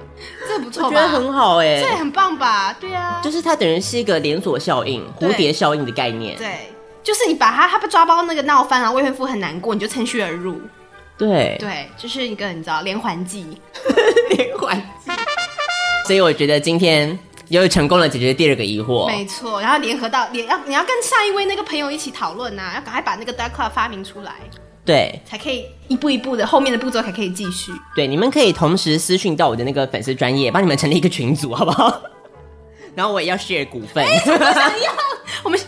S3: 这不
S2: 我
S3: 错
S2: 觉得
S3: 吧？
S2: 很好哎、
S3: 这也很棒吧？对啊，
S2: 就是它等于是一个连锁效应、
S3: 对
S2: 蝴蝶效应的概念。
S3: 对，就是你把他他被抓包那个闹翻，然后未婚夫很难过，你就趁虚而入。
S2: 对，
S3: 对，就是一个你知道连环计，
S2: 连环计。 所以我觉得今天又成功了解决第二个疑惑。
S3: 没错。然后联合到联要你要跟上一位那个朋友一起讨论啊呐、要赶快把那个 dark club 发明出来，
S2: 对
S3: 才可以一步一步的后面的步骤才可以 继续。
S2: 对，你们可以同时私讯到我的那个粉丝专业，帮你们成立一个群组，好不好？ 然后我也要 share 股份。
S3: 哎我们是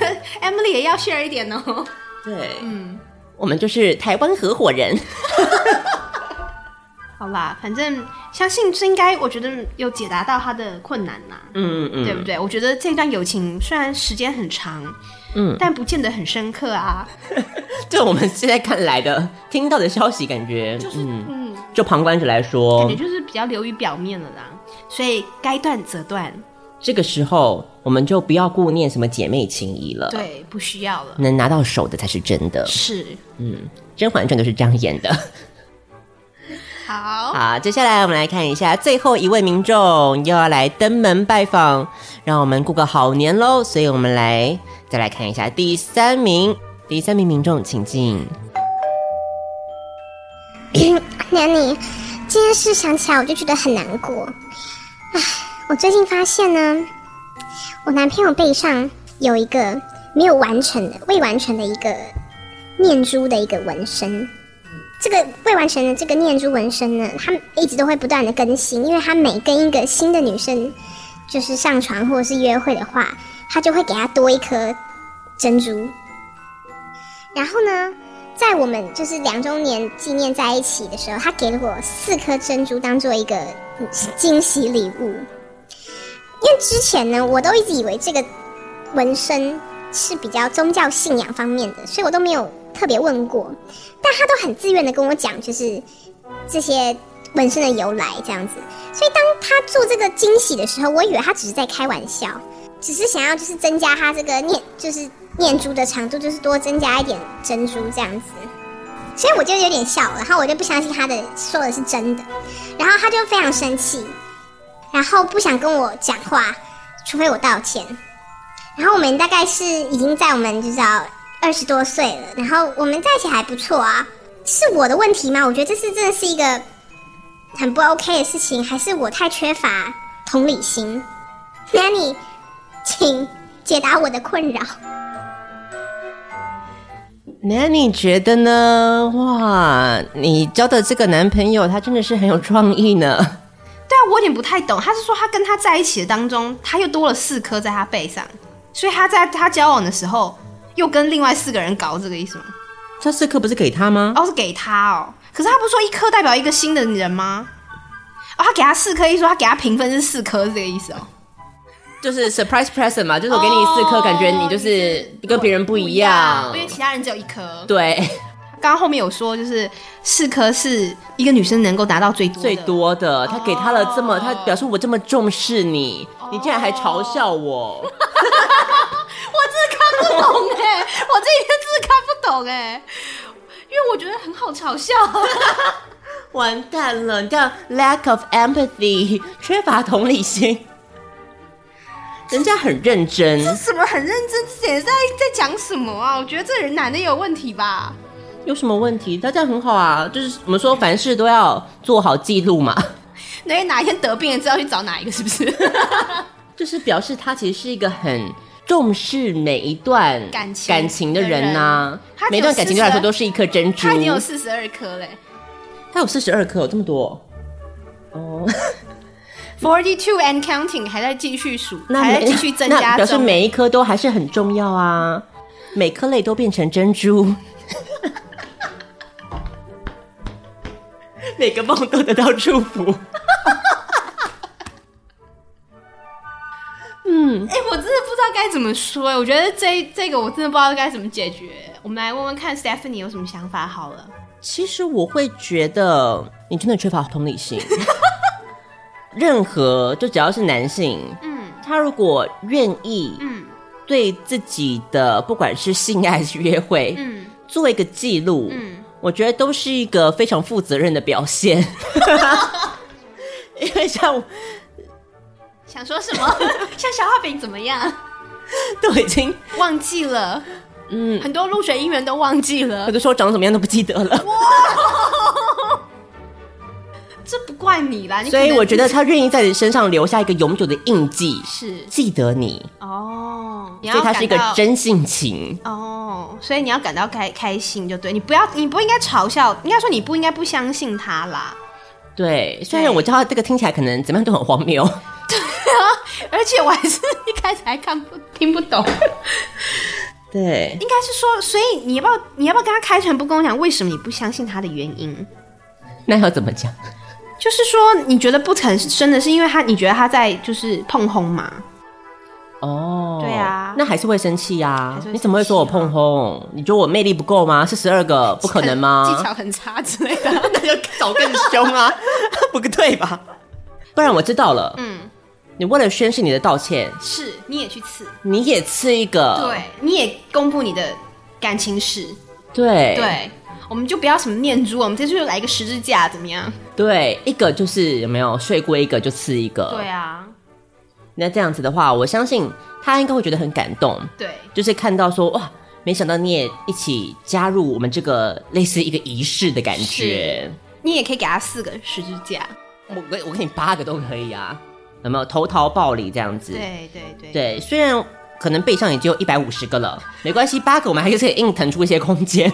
S3: 那个 Emily 也要 share 一点 哦。
S2: 对，
S3: 嗯，
S2: 我们就是台湾合伙人。
S3: 好啦，反正相信这应该我觉得有解答到他的困难啦、
S2: 嗯嗯嗯，
S3: 对不对？我觉得这段友情虽然时间很长，
S2: 嗯
S3: 但不见得很深刻啊。
S2: 就我们现在看来的、听到的消息，感觉
S3: 就是
S2: 嗯，
S3: 嗯，
S2: 就旁观者来
S3: 感
S2: 说
S3: 觉，就是比较流于表面了啦。所以该断则断，
S2: 这个时候我们就不要顾念什么姐妹情谊了。，
S3: 对，呃不需要了。
S2: 能拿到手的才是真的，《
S3: 是，
S2: 甄嬛传》都是这样演的。
S3: 好，
S2: 好，接下来我们来看一下最后一位民众又要来登门拜访，让我们过个好年喽。所以我们来再来看一下第三名，第三名民众请进。
S4: 年你这件事想起来我就觉得很难过。唉，我最近发现呢，我男朋友背上有一个没有完成的、未完成的一个念珠的一个纹身。这个未完成的这个念珠纹身呢，它一直都会不断的更新，因为他每跟一个新的女生就是上床或者是约会的话，他就会给她多一颗珍珠。然后呢，在我们就是两周年纪念在一起的时候，他给了我四颗珍珠当做一个嗯惊喜礼物。因为之前呢，我都一直以为这个纹身是比较宗教信仰方面的，所以我都没有特别问过。但他都很自愿的跟我讲，就是这些纹身的由来这样子。所以当他做这个惊喜的时候，我以为他只是在开玩笑，只是想要就是增加他这个念就是念珠的长度，就是多增加一点珍珠这样子。所以我就有点笑了，然后我就不相信他的说的是真的，然后他就非常生气，然后不想跟我讲话，除非我道歉。然后我们大概是已经在我们就知道二十多岁了，然后我们在一起还不错啊。是我的问题吗？我觉得这是真的是一个很不 OK 的事情，还是我太缺乏同理心？那你，请解答我的困扰。
S2: 那你觉得呢？哇，你交的这个男朋友他真的是很有创意呢。
S3: 对啊，我有点不太懂。他是说他跟他在一起的当中，他又多了四颗在他背上，所以他在他交往的时候又跟另外四个人搞，这个意思吗？
S2: 这四颗不是给 他吗？
S3: 哦，是给他哦。可是他不是说一颗代表一个新的人吗？哦，他给他四颗，意思说他给他评分是四颗，是这个意思哦。
S2: 就是 surprise present 嘛，就是我给你四颗，
S3: 哦
S2: 感觉你就是跟别人不一样。
S3: 因为其他人只有一颗。
S2: 对，
S3: 刚刚后面有说，就是四颗是一个女生能够达到最多的
S2: 最。多的，哦他给他了这么，他表示我这么重视你，你竟然还嘲笑我。
S3: 我真的看不懂哎、我这一天真的看不懂哎、因为我觉得很好嘲笑。
S2: 完蛋了，你叫 lack of empathy，缺乏同理心。人家很认真，
S3: 什么很认真？这也在在讲什么啊？我觉得这人男的也有问题吧？
S2: 有什么问题？他这样很好啊，就是我们说凡事都要做好记录嘛，
S3: 那哪一天得病了，知道去找哪一个是 不是？
S2: 就是表示他其实是一个很重视每一段
S3: 感情
S2: 感情的人呐、
S3: 的人
S2: 每一段感情对他来说都是一颗珍珠。
S3: 他已经有四十二颗嘞
S2: 他有四十二颗，有这么多。哦，
S3: ，forty two and counting，还在继续数，
S2: 那
S3: 还
S2: 每
S3: 在继续增
S2: 那
S3: 加
S2: 表示
S3: 中。
S2: 每一颗都还是很重要啊，每颗泪都变成珍珠， 每个梦都得到祝福。
S3: 哎、我真的不知道该怎么说哎、我觉得这这个我真的不知道该怎么解决。我们来问问看 Stephanie 有什么想法好了。
S2: 其实我会觉得你真的缺乏同理心。 任何就只要是男性，
S3: 嗯
S2: 他如果愿意
S3: 嗯
S2: 对自己的不管是性爱还是约会，
S3: 嗯
S2: 做一个记录，
S3: 嗯，
S2: 我觉得都是一个非常负责任的表现。 因为像
S3: 想说什 么？像小画饼怎么样？
S2: 都已经，
S3: 忘记了，
S2: 嗯，
S3: 很多入选姻缘都忘记了
S2: 我。就说我长怎么样都不记得了，
S3: 这不怪你啦，你
S2: 所以
S3: 可能
S2: 我觉得他愿意在你身上留下一个永久的印记，
S3: 是
S2: 记得你，
S3: 哦，你
S2: 所以他是一个
S3: 感到
S2: 真性情。
S3: 哦，所以你要感到开开心就对，你不要，你不应该嘲笑，应该说你不应该不相信他啦。
S2: 对，虽然我知道这个听起来可能怎么样都很荒谬，
S3: 而且我还是一开始还看不听不懂，
S2: 对，
S3: 应该是说，所以你要不要你要不要跟他开诚布公讲为什么你不相信他的原因？
S2: 那要怎么讲？
S3: 就是说，你觉得不成真的是因为他，你觉得他在就是碰轰嘛？
S2: 哦，
S3: 对啊
S2: 那还是会生气呀、
S3: 还是会生气啊
S2: 你怎么会说我碰轰？你觉得我魅力不够吗？四十二个，不可能 吗？
S3: 技巧很差之类的。
S2: 那就找更凶啊， 不对吧？不然我知道了，
S3: 嗯，
S2: 你为了宣示你的道歉，
S3: 是，你也去刺，
S2: 你也吃一个，
S3: 对，你也公布你的感情史，
S2: 对
S3: 对，我们就不要什么念珠，我们这次就来一个十字架，怎么样？
S2: 对一个就是有没有睡过一个就吃一个，
S3: 对啊，
S2: 那这样子的话，我相信他应该会觉得很感动，
S3: 对，
S2: 就是看到说哇，没想到你也一起加入我们这个类似一个仪式的感觉。
S3: 你也可以给他四个十字架，
S2: 我给我给你八个都可以啊，有没有投桃报李这样子？
S3: 对对对，
S2: 对，虽然可能背上也只有一百五十个了，没关系，八个我们还是可以硬腾出一些空间。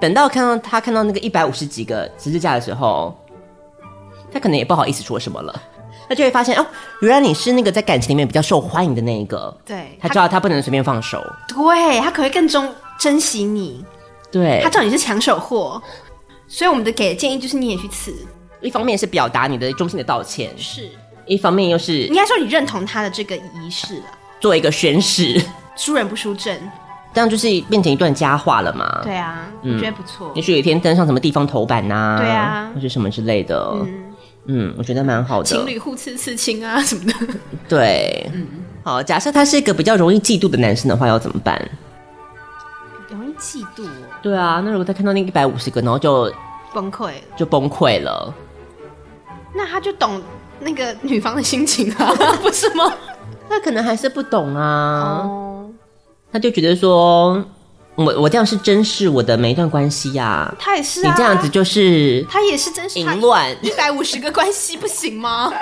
S2: 等到看到他看到那个一百五十几个十字架的时候，他可能也不好意思说什么了。他就会发现哦，原来你是那个在感情里面比较受欢迎的那一个。
S3: 对
S2: 他知道他不能随便放手。
S3: 对他可能会更重珍惜你，
S2: 对，
S3: 他知道你是抢手货，所以我们的给的建议就是你也去刺，
S2: 一方面是表达你的衷心的道歉，
S3: 是，
S2: 一方面又是
S3: 应该说你认同他的这个仪式了，
S2: 做一个宣誓，
S3: 输人不输阵，
S2: 这样就是变成一段佳话了嘛。
S3: 对啊，我觉得不错
S2: 也，许有一天登上什么地方头版呐、
S3: 对啊
S2: 或者什么之类的，嗯我觉得蛮好的。
S3: 情侣互刺刺青啊什么的，
S2: 对，嗯，好，假设他是一个比较容易嫉妒的男生的话，要怎么办？
S3: 容易嫉妒哦，
S2: 对啊，那如果他看到那一百五十个，然后就
S3: 崩溃了。
S2: 就崩溃了，
S3: 那他就懂那个女方的心情啊， 不是吗？
S2: 他可能还是不懂啊，
S3: 哦，
S2: 他就觉得说，我我这样是珍视我的每一段关系呀、
S3: 他也是、
S2: 你
S3: 啊，
S2: 这样子，就是
S3: 他也是真是
S2: 淫乱。
S3: 一百五十个关系不行吗？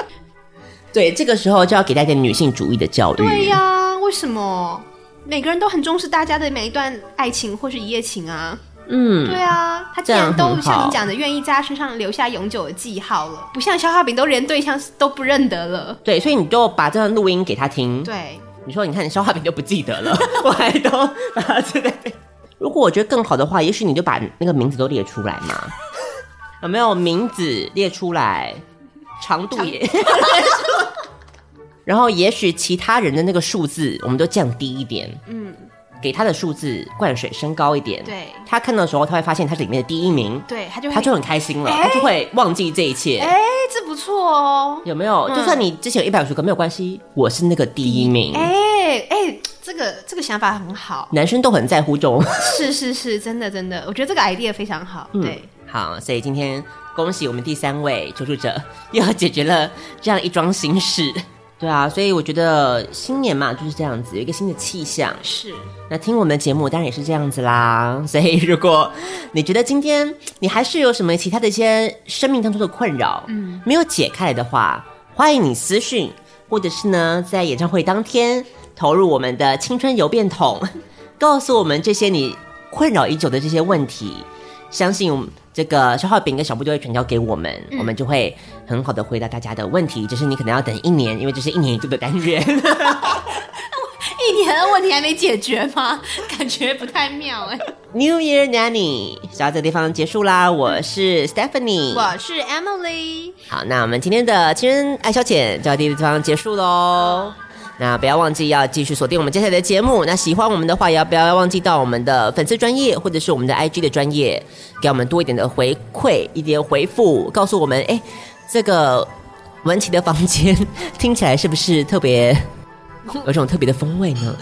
S2: 对，这个时候就要给大家女性主义的教育。
S3: 对呀、为什么？每个人都很重视大家的每一段爱情或是一夜情啊。
S2: 嗯，
S3: 对啊，他既
S2: 这
S3: 然
S2: 样
S3: 都
S2: 很
S3: 像
S2: 好
S3: 你讲的愿意在他身上留下永久的记号了，不像肖化饼都连对象都不认得了。
S2: 对，所以你就把这段录音给他听。
S3: 对，
S2: 你说，你看你消化饼都不记得 了，我还都把它记在。如果我觉得更好的话，也许你就把那个名字都列出来嘛，有没有名字列出来，长度也， 然后也许其他人的那个数字我们都降低一点，嗯，给他的数字灌水升高一点，
S3: 对
S2: 他看到的时候他会发现他是里面的第一名，
S3: 对，他就会
S2: 他就很开心了，
S3: 哎
S2: 他就会忘记这一切。
S3: 哎，这不错哦。
S2: 有没有？就算你之前有一百五十个没有关系，我是那个第一名。
S3: 哎哎，这个这个想法很好，
S2: 男生都很在乎这种。
S3: 是是是，真的真的，我觉得这个 idea 非常好。
S2: 嗯
S3: 对，
S2: 好，所以今天恭喜我们第三位求助者又解决了这样一桩心事。对啊，所以我觉得新年嘛就是这样子，有一个新的气象。
S3: 是哎
S2: 那听我们的节目当然也是这样子啦。 所以如果你觉得今天你还是有什么其他的一些生命当中的困扰，嗯，没有解开来的话，欢迎你私讯，或者是呢在演唱会当天投入我们的青春邮便桶， 告诉我们这些你困扰已久的这些问题。相信我们这个消化饼跟小布就会转交给我们，我们就会很好的回答大家的问题。只是你可能要等一年，因为这是一年一度的单元。
S3: 一年的问题还没解决吗？感觉不太妙哎。
S2: New Year Nanny，小这个地方结束啦。我是 Stephanie，
S3: 我是 Emily，
S2: 好，那我们今天的情人爱消遣就到这个地方结束喽。那不要忘记要继续锁定我们接下来的节目。那喜欢我们的话，也要不要忘记到我们的粉丝专业或者是我们的 IG 的专业，给我们多一点的回馈，一点回复，告诉我们，哎，这个文琪的房间 听起来是不是特别有种特别的风味 呢？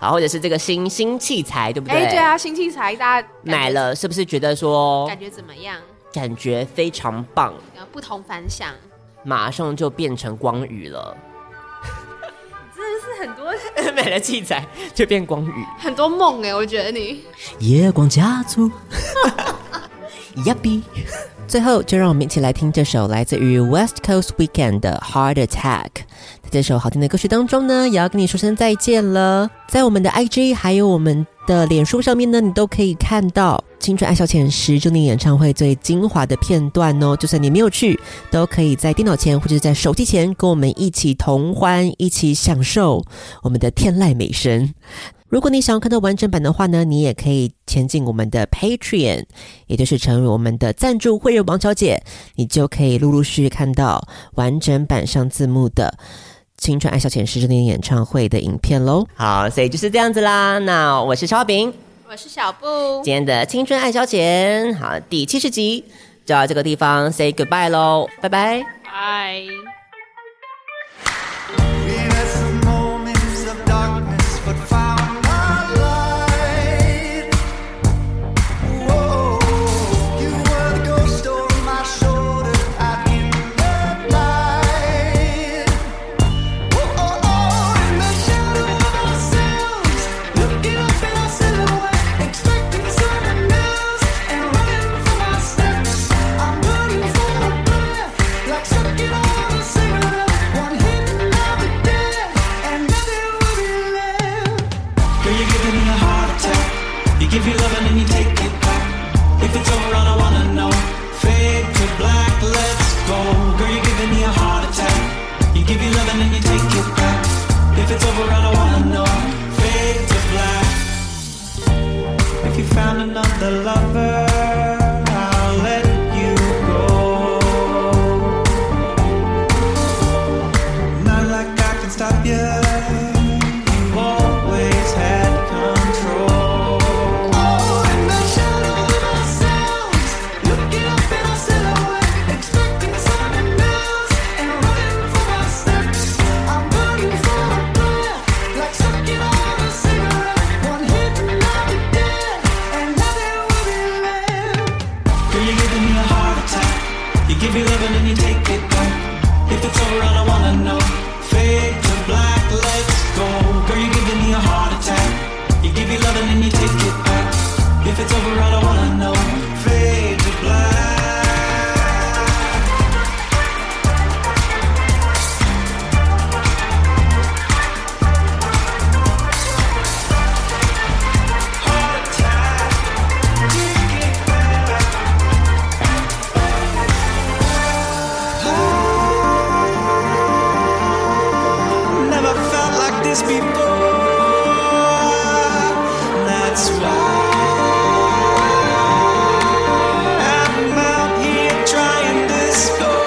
S2: 好，或者是这个新新器材，对不对？
S5: 哎，对，啊，新器材大家
S2: 买了是不是觉得说
S5: 感觉怎么样？
S2: 感觉非常棒？
S5: 然后不同凡响，
S2: 马上就变成光宇了。
S5: 真的是很多
S2: 买了器材就变光宇，
S5: 很多梦哎，我觉得你
S2: 夜光家 族，呀比。最后，就让我们一起来听这首来自于 West Coast Weekend 的《Heart Attack》。在这首好听的歌曲当中呢，也要跟你说声再见了。在我们的 IG 还有我们的脸书上面呢，你都可以看到《青春爱消遣十周年演唱会》最精华的片段哦。就算你没有去，都可以在电脑前或者是在手机前跟我们一起同欢，一起享受我们的天籁美声。如果你想要看到完整版的话呢，你也可以前进我们的 Patreon，也就是成为我们的赞助会员王小姐，你就可以陆陆续续看到完整版上字幕的。青春爱消遣十周年演唱会的影片喽，好，所以就是这样子啦。那我是烧饼，
S5: 我是小布，
S2: 今天的青春爱消遣，好，第七十集就到这个地方 say goodbye 喽，拜拜。
S5: 拜。
S6: We had some moments of darkness, but found a light. Whoa, you were the ghost over my shoulder out in the night. Oh, in the shadow of ourselves, looking up in our silhouette, expecting something else, and running from our steps. I'm running for a breath, like sucking on a cigarette. One hit and I'll be dead, and nothing will be left.
S7: Girl, you're giving me a heart attack. You give your love and then you take it back. If it's over, I don't wanna know. Fade to black, let's go. Girl, you're giving me a heart attack. You give your love and then you take it back. If it's over, I don't wanna know. Fade to black. If you found another lover. I'll let you go. Not like I can stop you. You always had control.
S6: Oh, in the shadow of ourselves, looking up in our silhouette, expecting something else, and running from our steps. I'm burning for a breath, like sucking on a cigarette. One hit and I'll be dead, and nothing will be
S7: over, I don't wanna know. Fade to black. Heart attack. Can't get back. Never felt like this before. That's why I'm out here trying to score.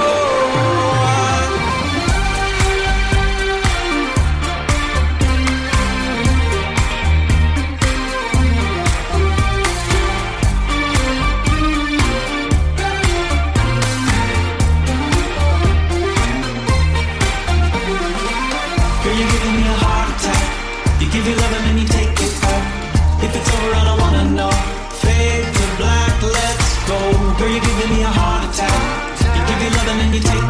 S7: Girl, you're giving me a heart attack. You give your love and then you take it back. If it's over, I don't wanna know. Fade to black, let's go. Girl, you're giving me a heart attack. You give your love and then you take